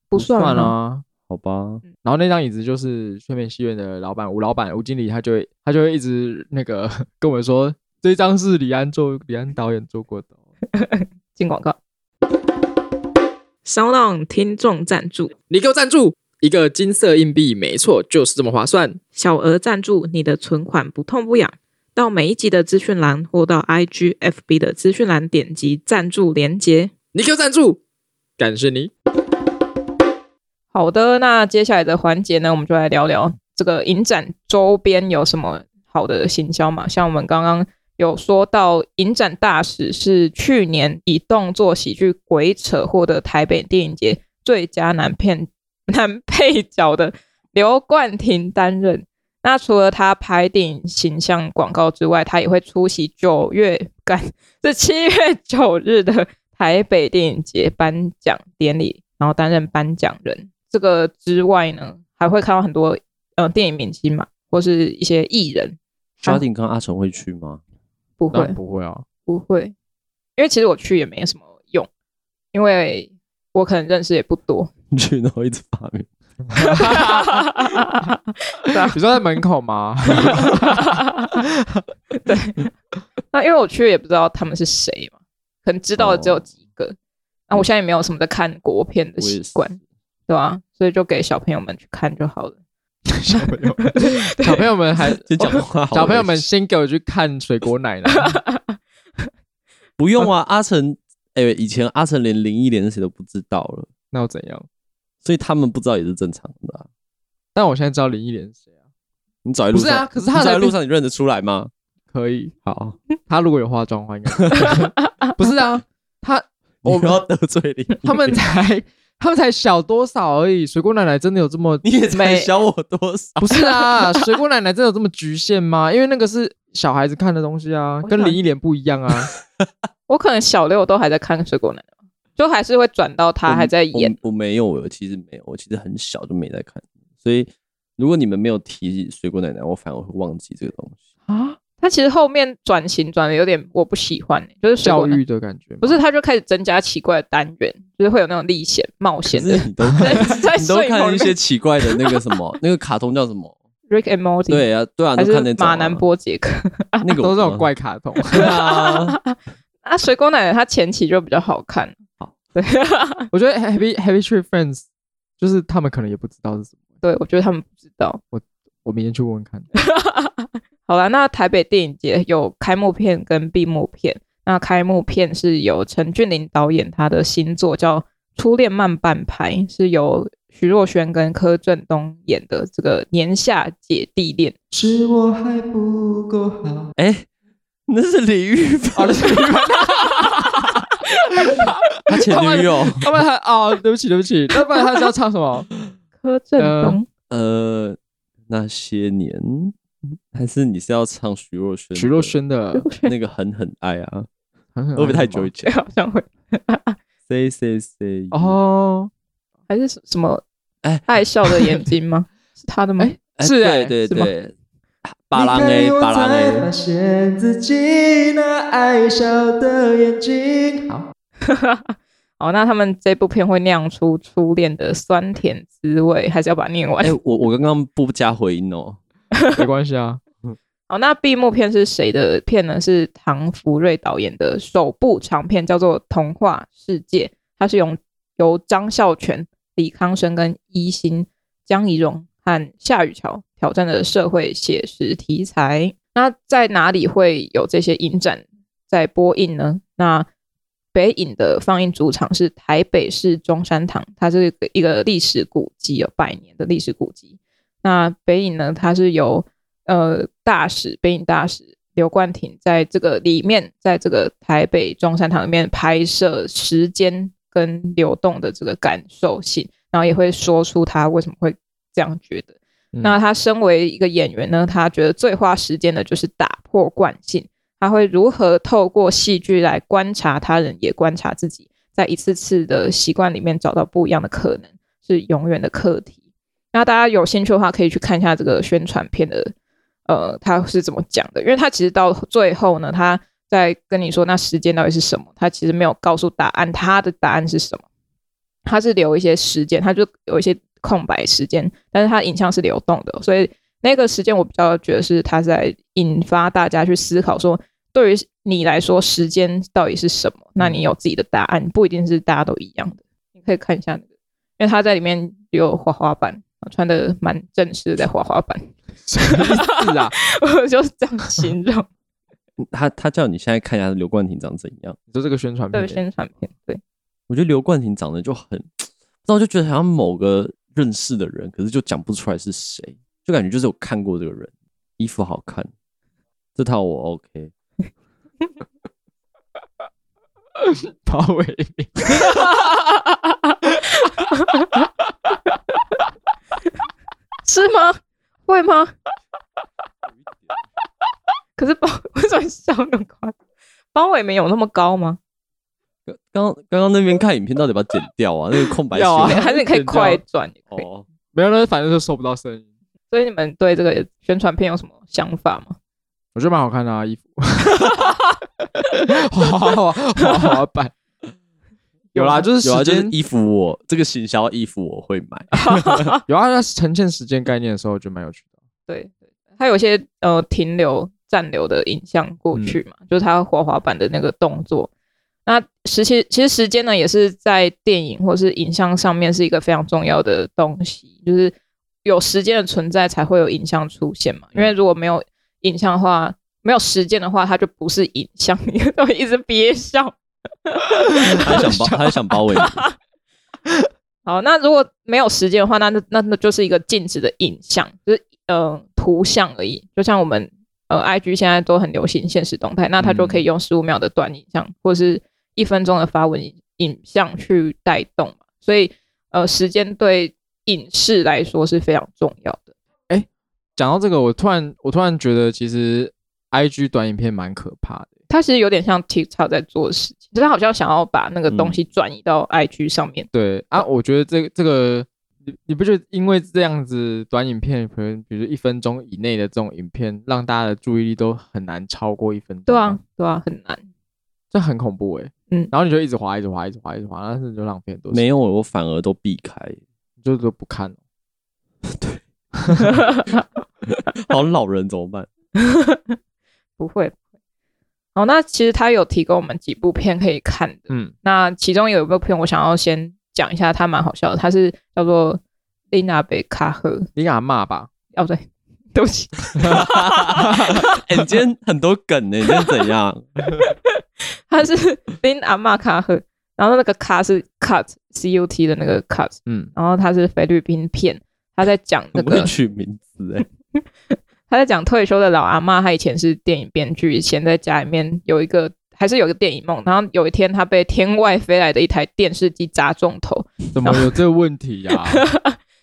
A: 不
B: 算
A: 吗？
B: 啊。
C: 好吧，
B: 然后那张椅子就是睡美戏院的老板吴老板吴经理，他就会他就会一直那个 跟我们说，这张是李安做李安导演做过的哦。
A: 进广告。骚浪听众赞助，
B: 你给我赞助一个金色硬币，没错，就是这么划算。
A: 小额赞助，你的存款不痛不痒。到每一集的资讯栏或到 IG、FB 的资讯栏点击赞助连接。
B: 你给我赞助，感谢你。
A: 好的，那接下来的环节呢，我们就来聊聊这个影展周边有什么好的行销嘛？像我们刚刚有说到，影展大使是去年以动作喜剧《鬼扯》获得台北电影节最佳男片 男配角的刘冠廷担任。那除了他拍电影形象广告之外，他也会出席九月干是七月九日的台北电影节颁奖典礼，然后担任颁奖人。这个之外呢，还会看到很多呃电影明星嘛，或是一些艺人。
C: 沙丁跟阿成会去 吗？
A: 不
B: 当
A: 会
B: 然，不会 啊，
A: 不会，因为其实我去也没什么用，因为我可能认识也不多。
C: 去然后一直发 明，
B: 你说在门口吗？
A: 对，那因为我去也不知道他们是谁嘛，可能知道的只有几个。那、我现在也没有什么在看国片的
C: 哦我也
A: 习
C: 是。
A: 惯，对吧、所以就给小朋友们去看就好了。
B: 小朋友， 小朋友们 还哦
C: 先讲话好，
B: 小朋友们先给我去看水果奶奶，
C: 不用啊。阿成，哎、以前阿成连林忆莲是谁都不知道了，
B: 那又怎样？
C: 所以他们不知道也是正常的啊、
B: 但我现在知道林忆莲是谁啊，
C: 你走在路
B: 不是
C: 上，
B: 啊可是他
C: 你走在
B: 来
C: 路上，你认得出来吗？
B: 可以。
C: 好，
B: 她如果有化妆的话，应该 不是啊，她
C: 我不要得罪你。
B: 他 们才他们才小多少而已。水果奶奶真的有这么
C: 你也才
A: 没
C: 小我多少？
B: 不是啊？水果奶奶真的有这么局限吗？因为那个是小孩子看的东西啊，
A: 我
B: 跟
A: 想
B: 林忆莲不一样 啊。
A: 我可能小六都还在看《水果奶奶》，就还是会转到他还在演。
C: 我我。我没有，我其实没有，我其实很小就没在看，所以如果你们没有提水果奶奶，我反而会忘记这个东西。
B: 啊，
A: 他他其实后面转型转的有点我不喜欢、欸就是水果
B: 教育的感觉吗，
A: 不是，他就开始增加奇怪的单元，就是会有那种历险冒险的
C: 可，是你都
A: 在在
C: 你都
A: 睡
C: 看
A: 梦
C: 一
A: 里
C: 些奇怪的那个什么，那个卡通叫什么？
A: Rick and Morty，，
C: 对啊，对啊，
A: 还
C: 都看
A: 是
C: 那种啊
A: 马南波杰克
C: 那个我
B: 都是那种
C: 不
B: 怪卡通。
C: 对啊，
A: 啊。水果奶奶她前期就比较好看，
C: 好，
A: 对
B: 我觉得 Happy Happy Tree Friends 就是他们可能也不知道是什么，
A: 对，我觉得他们不知道。
B: 我明天去问问看。
A: 好了，那台北电影节有开幕片跟闭幕片，那开幕片是由陈俊霖导演他的新作叫《初恋慢半拍》，是由徐若瑄跟柯震东演的这个年下姐弟恋。
B: 是我还不够好。
C: 哎，那是李玉
B: 哦，对？
C: 吧
B: 不起，
C: 他前 女友，
B: 要不然他哦，对不起，对不起，要不然他是要唱什么？
A: 柯震
B: 呃
A: 东、
C: 呃，那些年，还是你是要唱徐若瑄？
B: 徐若瑄的，
C: 那个狠狠爱啊，
B: 很很
C: 会不会太久以
A: 对，
C: 前
A: 好像会
C: ？Say say say，
B: 哦？
A: 还是什什么？
C: 哎
A: 爱笑的眼睛吗？是他的吗？
B: 哎
C: 哎
B: 是啊哎
C: 对对
A: 是吗
C: 对，巴郎 A，巴郎 A，
B: 现自己那爱笑的眼睛。好，
A: 哦，那他们这部片会酿出初恋的酸甜滋味，还是要把它念完
C: 哎，。我我刚刚不加回音哦，
B: 没关系啊。
A: 哦，那闭幕片是谁的片呢？是唐福瑞导演的首部长片，叫做《童话世界》，它是由由张孝全、李康生跟一心、江宜蓉和夏雨乔挑战的社会写实题材。那在哪里会有这些影展在播映呢？那北影的放映主场是台北市中山堂，它是一个历史古迹，有百年的历史古迹。那北影呢，它是由呃大使北影大使刘冠廷在这个里面，在这个台北中山堂里面拍摄时间跟流动的这个感受性，然后也会说出他为什么会这样觉得。
B: 嗯
A: 那他身为一个演员呢，他觉得最花时间的就是打破惯性，他会如何透过戏剧来观察他人，也观察自己，在一次次的习惯里面找到不一样的可能，是永远的课题。那大家有兴趣的话，可以去看一下这个宣传片的，呃，他是怎么讲的？因为他其实到最后呢，他在跟你说那时间到底是什么，他其实没有告诉答案，他的答案是什么？他是留一些时间，他就有一些空白时间，但是他影像是流动的，所以那个时间我比较觉得是他在引发大家去思考说，对于你来说，时间到底是什么？那你有自己的答案，不一定是大家都一样的。你可以看一下那个，因为他在里面有滑滑板。穿的蛮正式的，在滑滑板，
B: 什么意思啊？
A: 我就是这样形容。
C: 他他叫你现在看一下刘冠廷长怎样。
B: 你说这个宣传
A: 对
B: 片，
A: 宣传片，对，
C: 我觉得刘冠廷长得就很，那我就觉得好像某个认识的人，可是就讲不出来是谁，就感觉就是有看过这个人，衣服好看，这套我 OK。
B: 包伟明，
A: 是吗？会吗？可是包为什么笑那么夸张？包伟没有那么高吗？
C: 刚刚刚那边看影片到底要不要剪掉啊？那个空白
B: 要啊
C: 区
A: 还是你可以
B: 剪掉
A: 快转也可以。
C: 哦，
B: 没有，那反正就收不到声音。
A: 所以你们对这个宣传片有什么想法吗？
B: 我觉得蛮好看的啊，衣服，滑滑滑滑滑板，有啦，就是
C: 有啊，
B: 时
C: 就是
B: 间
C: 衣服我这个行销衣服我会 买，
B: 有啊，它呈现时间概念的时候，我觉得蛮有趣的。
A: 对，它有一些呃停留、暂留的影像过去嘛，就是它滑滑板的那个动作。那时期其实时间呢，也是在电影或是影像上面是一个非常重要的东西，就是有时间的存在才会有影像出现嘛。因为如果没有影像的话，没有时间的话，它就不是影像。 你都一直憋笑。
C: 还想包还想包围 你，
A: 好，那如果没有时间的话，那那那那就是一个静止的影像，就是呃图像而已。就像我们呃 IG 现在都很流行现实动态，那它就可以用十五秒的短影像、或是一分钟的发文影影像去带动嘛。所以呃，时间对影视来说是非常重要的。
B: 讲到这个，我突然我突然觉得，其实 I G 短影片蛮可怕的。
A: 它其实有点像 TikTok 在做的事情，就是它好像想要把那个东西转移到 IG 上面。
B: 对啊，我觉得这这个你你不觉得因为这样子短影片，可能比如说一分钟以内的这种影片，让大家的注意力都很难超过一分钟？
A: 对啊，，对啊，很难。
B: 这很恐怖哎、
A: 嗯
B: 然后你就一直滑，一直滑，一直滑，一直滑，但是就浪费很多时间，
C: 没有，我反而都避开，
B: 你就都不看了。
C: 好老人怎么办？
A: 不会，不会。好，那其实他有提供我们几部片可以看的。
B: 嗯，
A: 那其中有一部片我想要先讲一下，它蛮好笑的，它是叫做《琳娜贝卡赫》。
B: 你给他骂吧，
A: 哦，不对， 对不起，
C: 哎、你今天很多梗呢、你今天怎 样？
A: 它是 琳阿玛卡赫。然后那个卡是 cut c u t 的那个 cut，
B: 嗯，
A: 然后它是菲律宾片，他在讲那
C: 很会
A: 个
C: 取名字哎、
A: 他在讲退休的老阿嬷，她以前是电影编剧，以前在家里面有一个还是有一个电影梦，然后有一天她被天外飞来的一台电视机砸中头，
B: 怎么有这个问题呀、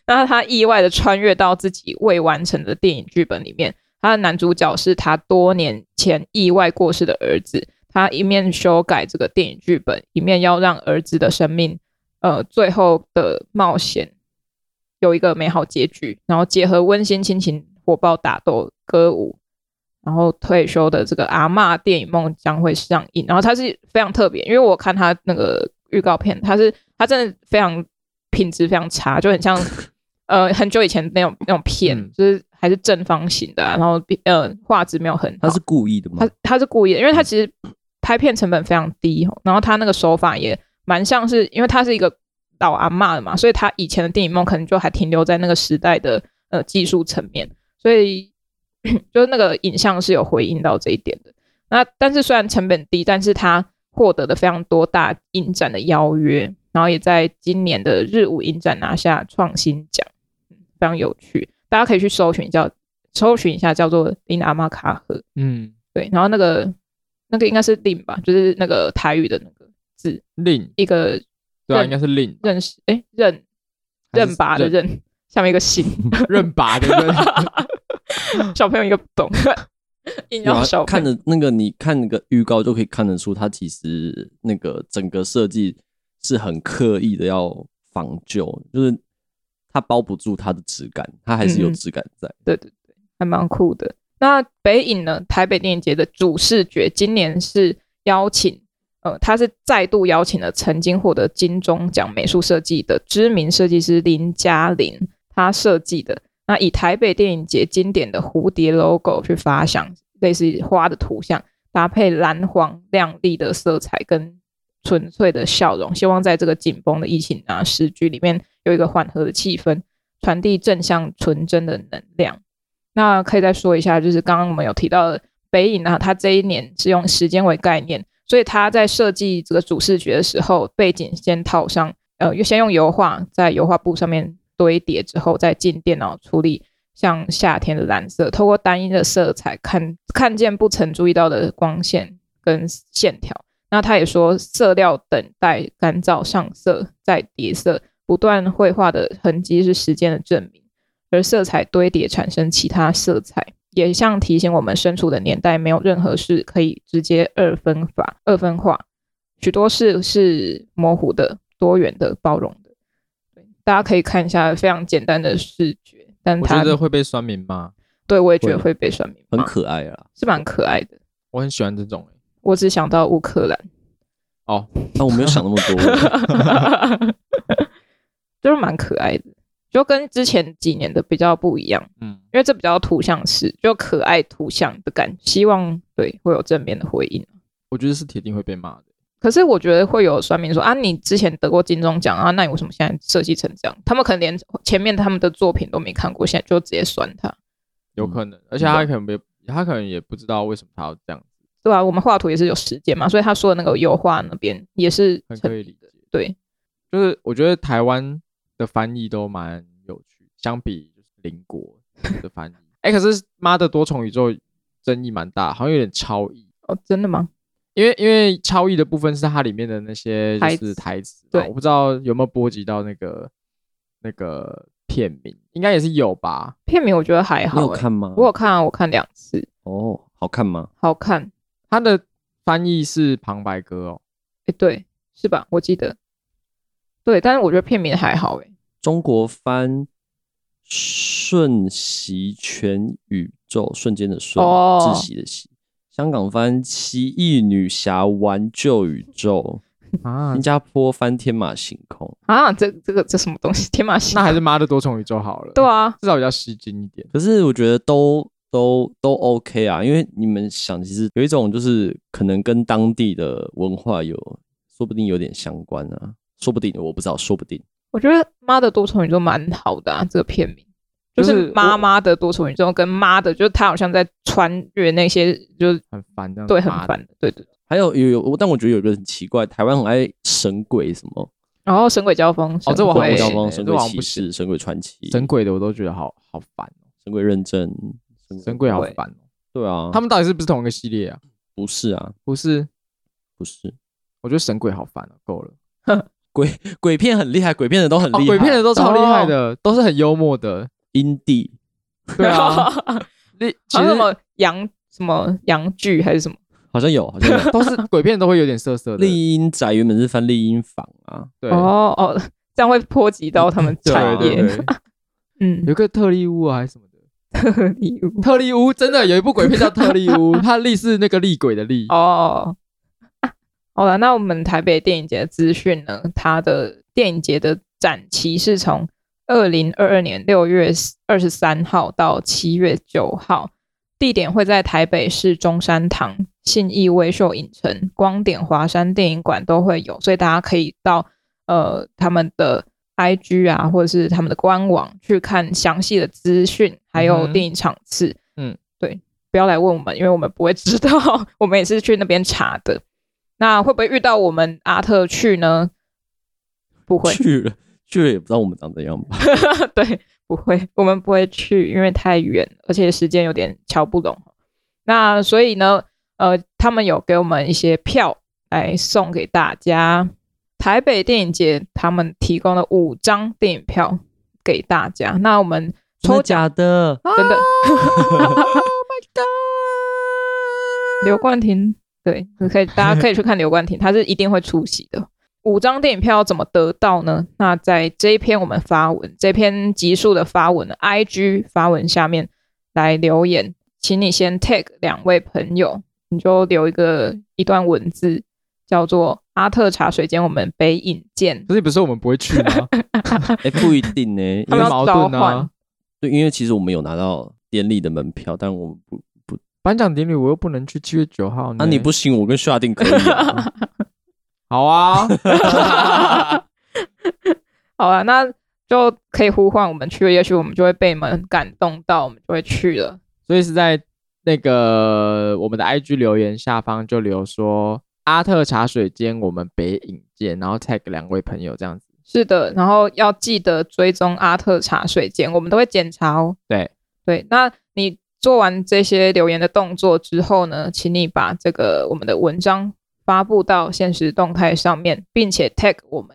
A: 那她意外的穿越到自己未完成的电影剧本里面，她的男主角是她多年前意外过世的儿子，她一面修改这个电影剧本，一面要让儿子的生命，呃，最后的冒险有一个美好结局，然后结合温馨亲情、火爆打斗、歌舞，然后退休的这个阿嬷电影梦将会上映。然后它是非常特别，因为我看它那个预告片，它是它真的非常品质非常差，就很像 呃很久以前那种那种片，
B: 嗯
A: 就是还是正方形的啊、然后呃画质没有很好。
C: 他是故意的吗
A: 他？他是故意的，因为他其实拍片成本非常低，然后他那个手法也蛮像是，因为他是一个老阿嬷的嘛，所以他以前的电影梦可能就还停留在那个时代的呃技术层面，所以 就是那个影像是有回应到这一点的。那但是虽然成本低，但是他获得了非常多大影展的邀约，然后也在今年的日舞影展拿下创新奖，嗯非常有趣，大家可以去搜寻叫搜寻一下叫做琳阿玛卡赫。
B: 嗯，
A: 对，然后那个那个应该是令吧，就是那个台语的那个字，
B: 令，
A: 一个
B: 对啊，
A: 认
B: 应该是令，
A: 认识哎认
B: 还是
A: 认拔的认，下面一个心，
B: 认拔的认，
A: 小朋友应该不懂， 硬
C: 有
A: 要
C: 啊
A: 小朋
C: 看
A: 友
C: 着那个，你看那个预告就可以看得出，他其实那个整个设计是很刻意的要仿旧，就是它包不住它的质感，它还是有
A: 嗯嗯
C: 质感在。
A: 对对对，还蛮酷的。那北影呢，台北电影节的主视觉今年是邀请，呃，他是再度邀请了曾经获得金钟奖美术设计的知名设计师林嘉玲，他设计的那以台北电影节经典的蝴蝶 logo 去发想，类似花的图像，搭配蓝黄亮丽的色彩跟纯粹的笑容，希望在这个紧绷的疫情啊时局里面有一个缓和的气氛，传递正向纯真的能量。那可以再说一下，就是刚刚我们有提到的北影啊，它这一年是用时间为概念，所以它在设计这个主视觉的时候，背景先套上，呃，先用油画在油画布上面堆叠之后，再进电脑处理。像夏天的蓝色，透过单一的色彩看看见不曾注意到的光线跟线条。那他也说，色料等待干燥上色，再叠色，不断绘画的痕迹是时间的证明，而色彩堆叠产生其他色彩，也像提醒我们身处的年代，没有任何事可以直接二分法、二分化，许多事是模糊的、多元的、包容的。对，大家可以看一下非常简单的视觉，但
B: 我
A: 它
B: 觉得会被酸民骂，
A: 对我也觉得
C: 会
A: 会被算命，
C: 很可爱啊啦。
A: 是蛮可爱的。
B: 我很喜欢这种、欸。
A: 我只想到乌克兰。
B: 哦，
C: 但我没有想那么 多，
A: 就是蛮可爱的，就跟之前几年的比较不一样，
B: 嗯，
A: 因为这比较图像式，就可爱图像的感觉，希望对会有正面的回应。
B: 我觉得是铁定会被骂的。
A: 可是我觉得会有酸民说啊，你之前得过金钟奖啊，那你为什么现在设计成这样？他们可能连前面他们的作品都没看过，现在就直接酸他，嗯
B: 有可能，而且他可能没，他可能也不知道为什么他要这样，
A: 对啊吧、我们画图也是有时间嘛，所以他说的那个油画那边也是
B: 很可以理解。
A: 对，
B: 就是我觉得台湾的翻译都蛮有趣，相比就是邻国的翻译。哎、可是妈的多重宇宙争议蛮大，好像有点超译，
A: 哦，真的吗？
B: 因为因为超译的部分是它里面的那些就
A: 台
B: 是
A: 词
B: 台词嘛，
A: 对
B: 我不知道有没有波及到那个那个片名，应该也是有吧。
A: 片名我觉得还
C: 你
A: 好、
C: 有
A: 欸，
C: 看吗？
A: 我有看、啊，我看两次，
C: 哦，好看吗？
A: 好看，
B: 它的翻译是旁白哥哦，
A: 哎，对，是吧？我记得，对，但是我觉得片名还好，哎，
C: 中国翻瞬息全宇宙，瞬间的瞬，
A: 哦
C: 窒息的息。香港翻奇异女侠玩救宇宙，
B: 啊
C: 新，加坡翻天马行空。
A: 啊，这这个这什么东西？天马行
B: 那还
A: 空
B: 是妈的多重宇宙好了。
A: 对，啊，
B: 至少比较吸睛一点。
C: 可是我觉得都都都 OK 啊，因为你们想，其实有一种就是可能跟当地的文化有，说不定有点相关啊，说不定我不知道，说不定。
A: 我觉得《妈的多重宇宙》蛮好的啊，这个片名就
B: 就是
A: 是
B: 我
A: 妈妈的多重宇宙跟妈的，就是他好像在穿越那些，就是
B: 很烦这样。
A: 对很
B: 妈的。
A: 烦的，对对。
C: 还有有有，但我觉得有一个很奇怪，台湾很爱神鬼什么，
A: 然后《神鬼交锋》
B: 哦这我
A: 神
B: 好
A: 鬼
B: 不
C: 交
B: 行
C: 锋、
B: 欸
C: 神
B: 这
C: 鬼
B: 我好像
C: 骑
B: 不
C: 士、神鬼传奇、
B: 神鬼的我都觉得好好烦哦，
C: 神鬼认证、
B: 神鬼好
A: 鬼
B: 烦哦。
C: 对啊，
B: 他们到底是不是同一个系列啊？
C: 不是啊，
B: 不是，
C: 不是
B: 我觉得神鬼好烦哦，够了。
C: 鬼片很厉害，鬼片的都很厉
B: 哦
C: 害，
B: 鬼片的都超厉害的，都是很幽默的。
C: 阴地，
B: 对 啊，那其
A: 还有什
B: 实
A: 么杨什么杨剧还是什么？
C: 好像有，好 像有。
B: 都是鬼片都会有点涩涩的。
C: 丽英宅原本是翻丽英坊啊，
B: 对，
A: 哦哦，这样会波及到他们
B: 对
A: 产
B: 对
A: 业。
B: 对，
A: 嗯，
B: 有一个特例屋啊还是什么的。
A: 特 例屋
B: 特例屋真的有一部鬼片叫《特例 屋》，它的例是那个厉鬼的厉。
A: 哦。好了，那我们台北电影节的资讯呢？它的电影节的展期是从二零二二年六月二十三号到七月九号，地点会在台北市中山堂、信义威秀影城、光点华山电影馆都会有，所以大家可以到呃他们的 IG 啊，或者是他们的官网去看详细的资讯，还
B: 嗯
A: 有
B: 哼
A: 电影场次。
B: 嗯，
A: 对，不要来问我们，因为我们不会知道， 我们也是去那边查的。那会不会遇到我们阿特去呢？不会，
C: 去了去了也不知道我们长怎样吧。
A: 对，不会，我们不会去，因为太远，而且时间有点瞧不拢。哦那所以呢，呃，他们有给我们一些票来送给大家。台北电影节他们提供了五张电影票给大家。那我们抽奖
C: 假 的，
A: 真的。 刘冠廷，对，你可以，大家可以去看刘冠廷，他是一定会出席的。五张电影票要怎么得到呢？那在这一篇我们发文，这篇集数的发文，IG 发文下面来留言，请你先 tag 两位朋友，你就留一个一段文字，叫做“阿特茶水间，我们北影见
B: 可是你不是说我们不会去吗？
C: 哎、不一定呢、因”，
A: 他
C: 为
A: 们
B: 矛
A: 要召
B: 盾啊
A: 唤。
C: 对，因为其实我们有拿到典礼的门票，但我们不，
B: 颁奖典礼我又不能去，七月九号呢。
C: 啊，你不行，我跟夏定可以、啊，
B: 好 啊？
A: 好啊，那就可以呼唤我们去，也许我们就会被你们感动到，我们就会去了。
B: 所以是在那个我们的 IG 留言下方就留说阿特茶水间，我们北影见，然后 tag 两位朋友这样子。
A: 是的，然后要记得追踪阿特茶水间，我们都会检查哦。
B: 对
A: 对，那你做完这些留言的动作之后呢，请你把这个我们的文章发布到现实动态上面，并且 tag 我们，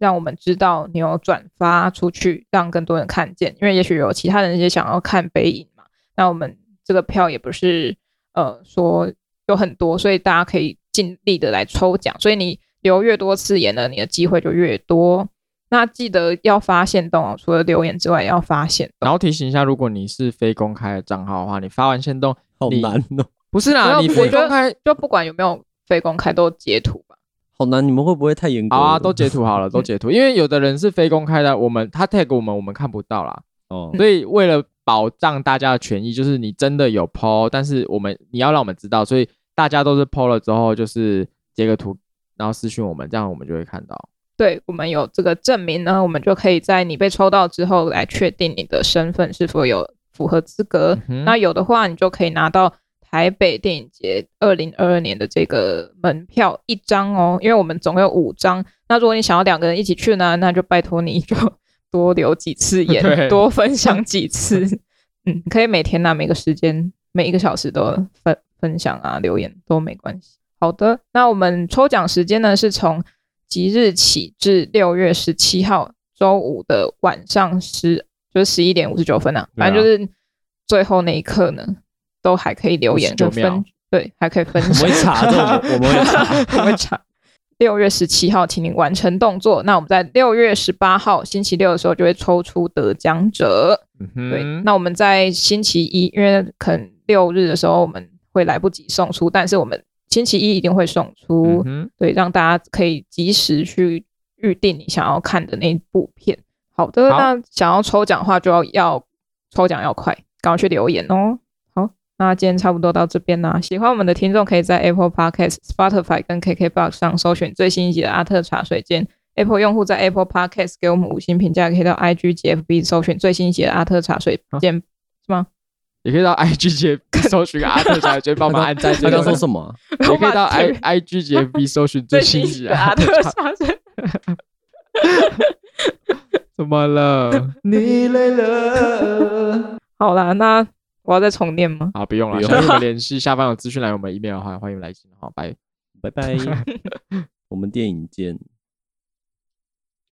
A: 让我们知道你有转发出去，让更多人看见。因为也许有其他人也想要看北影嘛，那我们这个票也不是呃说有很多，所以大家可以尽力的来抽奖。所以你留越多次言呢，你的机会就越多。那记得要发现动哦，除了留言之外，也要发现动。
B: 然后提醒一下，如果你是非公开的账号的话，你发完线动
C: 好
B: 你
C: 难哦、
B: 不是
A: 没
B: 啦，
A: 有
B: 你
A: 我
B: 非
A: 觉
B: 公
A: 得
B: 开
A: 就不管有没有非公开都截图吧。
C: 好难，你们会不会太严格
B: 好
C: 了？
B: 啊，都截图好了，都截图，因为有的人是非公开的，我们他 tag 我们，我们看不到啦。
C: 哦，
B: 所以为了保障大家的权益，就是你真的有 PO，但是我们你要让我们知道，所以大家都是 PO 了之后，就是截个图，然后私讯我们，这样我们就会看到。
A: 对我们有这个证明呢，我们就可以在你被抽到之后来确定你的身份是否有符合资格。
B: 嗯哼
A: 那有的话，你就可以拿到台北电影节二零二二年的这个门票一张哦，因为我们总共有五张。那如果你想要两个人一起去呢，那就拜托你就多留几次
B: 对
A: 言，多分享几次。嗯，可以每天呐、每个时间、每一个小时都分分享啊，留言都没关系。好的，那我们抽奖时间呢是从即日起至六月十七号周五的晚上十，就是十一点五十九分啊，
B: 对啊
A: 反正就是最后那一刻呢，都还可以留言
B: 59
A: 跟
B: 秒
A: 分，对，还可以分
C: 我们
A: 享
C: 会。查的，我们我们会查。
A: 我会查。 六月十七号，请您完成动作。那我们在六月十八号星期六的时候就会抽出得奖者。
B: 嗯哼，
A: 对，那我们在星期一，因为可能六日的时候我们会来不及送出，但是我们星期一一定会送出，
B: 嗯哼
A: 对，让大家可以及时去预定你想要看的那一部片。好的，
B: 好
A: 那想要抽奖的话，就要要抽奖要快，赶快去留言哦。好，那今天差不多到这边啦。喜欢我们的听众可以在 Apple Podcast、Spotify 跟 KKBox 上搜寻最新一集的阿特茶水间。Apple 用户在 Apple Podcast 给我们五星评价，可以到 IG、GFB 搜寻最新一集的阿特茶水间。
B: 也可以到 IG 节搜寻阿特茶，就帮忙按赞。
C: 他刚说什么 啊？
B: 么？也可以到 I
A: 我
B: IG 节 B 搜寻最新一集
A: 的
B: 阿
A: 阿
B: 特
A: 特
B: 茶。
A: 茶水间。
B: 怎么了？
C: 你累了。
A: 好啦，那我要再重念吗？
B: 好，不用了。
C: 不用
B: 想跟我们联系，下 方有资讯栏，我们 email 的话，欢迎来信。好，拜。
C: 拜拜，我们电影见。